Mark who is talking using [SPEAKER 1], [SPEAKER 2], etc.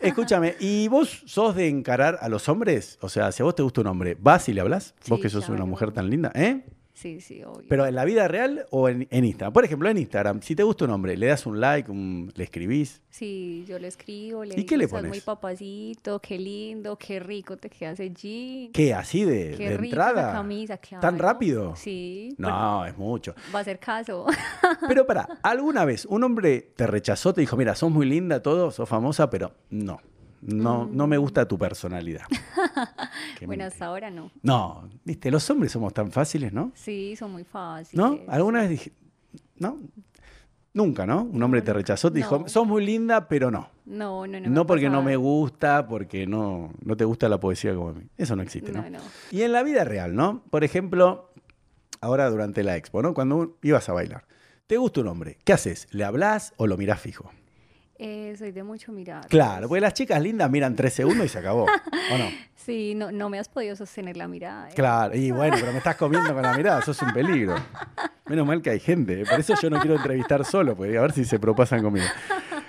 [SPEAKER 1] Escúchame, ¿y vos sos de encarar a los hombres? O sea, si a vos te gusta un hombre, ¿vas y le hablas? vos
[SPEAKER 2] Sí,
[SPEAKER 1] que sos
[SPEAKER 2] claro.
[SPEAKER 1] una mujer tan linda, ¿eh?
[SPEAKER 2] Sí, sí, obvio.
[SPEAKER 1] Pero en la vida real o en, en Instagram. Por ejemplo, en Instagram, si te gusta un hombre, le das un like, un- le escribís.
[SPEAKER 2] Sí, yo le escribo, le
[SPEAKER 1] ¿Y qué le
[SPEAKER 2] "Sos muy
[SPEAKER 1] pones?
[SPEAKER 2] papacito, qué lindo, qué rico te quedas el jean,
[SPEAKER 1] ¿Qué? ¿Así de,
[SPEAKER 2] qué
[SPEAKER 1] de
[SPEAKER 2] rica esa
[SPEAKER 1] entrada?
[SPEAKER 2] camisa,
[SPEAKER 1] ¿Tan
[SPEAKER 2] claro".
[SPEAKER 1] rápido?
[SPEAKER 2] Sí,
[SPEAKER 1] No, es mucho.
[SPEAKER 2] va a ser caso.
[SPEAKER 1] Pero para, ¿alguna vez un hombre te rechazó, te dijo, mira, sos muy linda, todo, sos famosa, pero no, no, no me gusta tu personalidad? Qué
[SPEAKER 2] bueno,
[SPEAKER 1] mentira.
[SPEAKER 2] hasta ahora no.
[SPEAKER 1] No, viste, los hombres somos tan fáciles, ¿no?
[SPEAKER 2] Sí, son muy fáciles.
[SPEAKER 1] ¿No? ¿Alguna vez dije, no? Nunca, ¿no? Un hombre te rechazó, te dijo,
[SPEAKER 2] No.
[SPEAKER 1] sos muy linda, pero no.
[SPEAKER 2] No, no, no.
[SPEAKER 1] No,
[SPEAKER 2] me ha
[SPEAKER 1] porque no me
[SPEAKER 2] pasado.
[SPEAKER 1] gusta, porque no, no te gusta la poesía como a mí. Eso no existe, ¿no?
[SPEAKER 2] No, no.
[SPEAKER 1] Y en la vida real, ¿no? Por ejemplo, ahora durante la expo, ¿no? Cuando un- ibas a bailar. ¿Te gusta un hombre? ¿Qué haces? ¿Le hablas o lo mirás fijo?
[SPEAKER 2] Eh, soy de mucho mirar.
[SPEAKER 1] Claro, porque las chicas lindas miran tres segundos y se acabó. ¿O no?
[SPEAKER 2] Sí, no, no me has podido sostener la mirada. ¿eh?
[SPEAKER 1] Claro, y bueno, pero me estás comiendo con la mirada, sos un ¿eh? peligro. Menos mal que hay gente, por eso yo no quiero entrevistar solo, porque a ver si se propasan conmigo.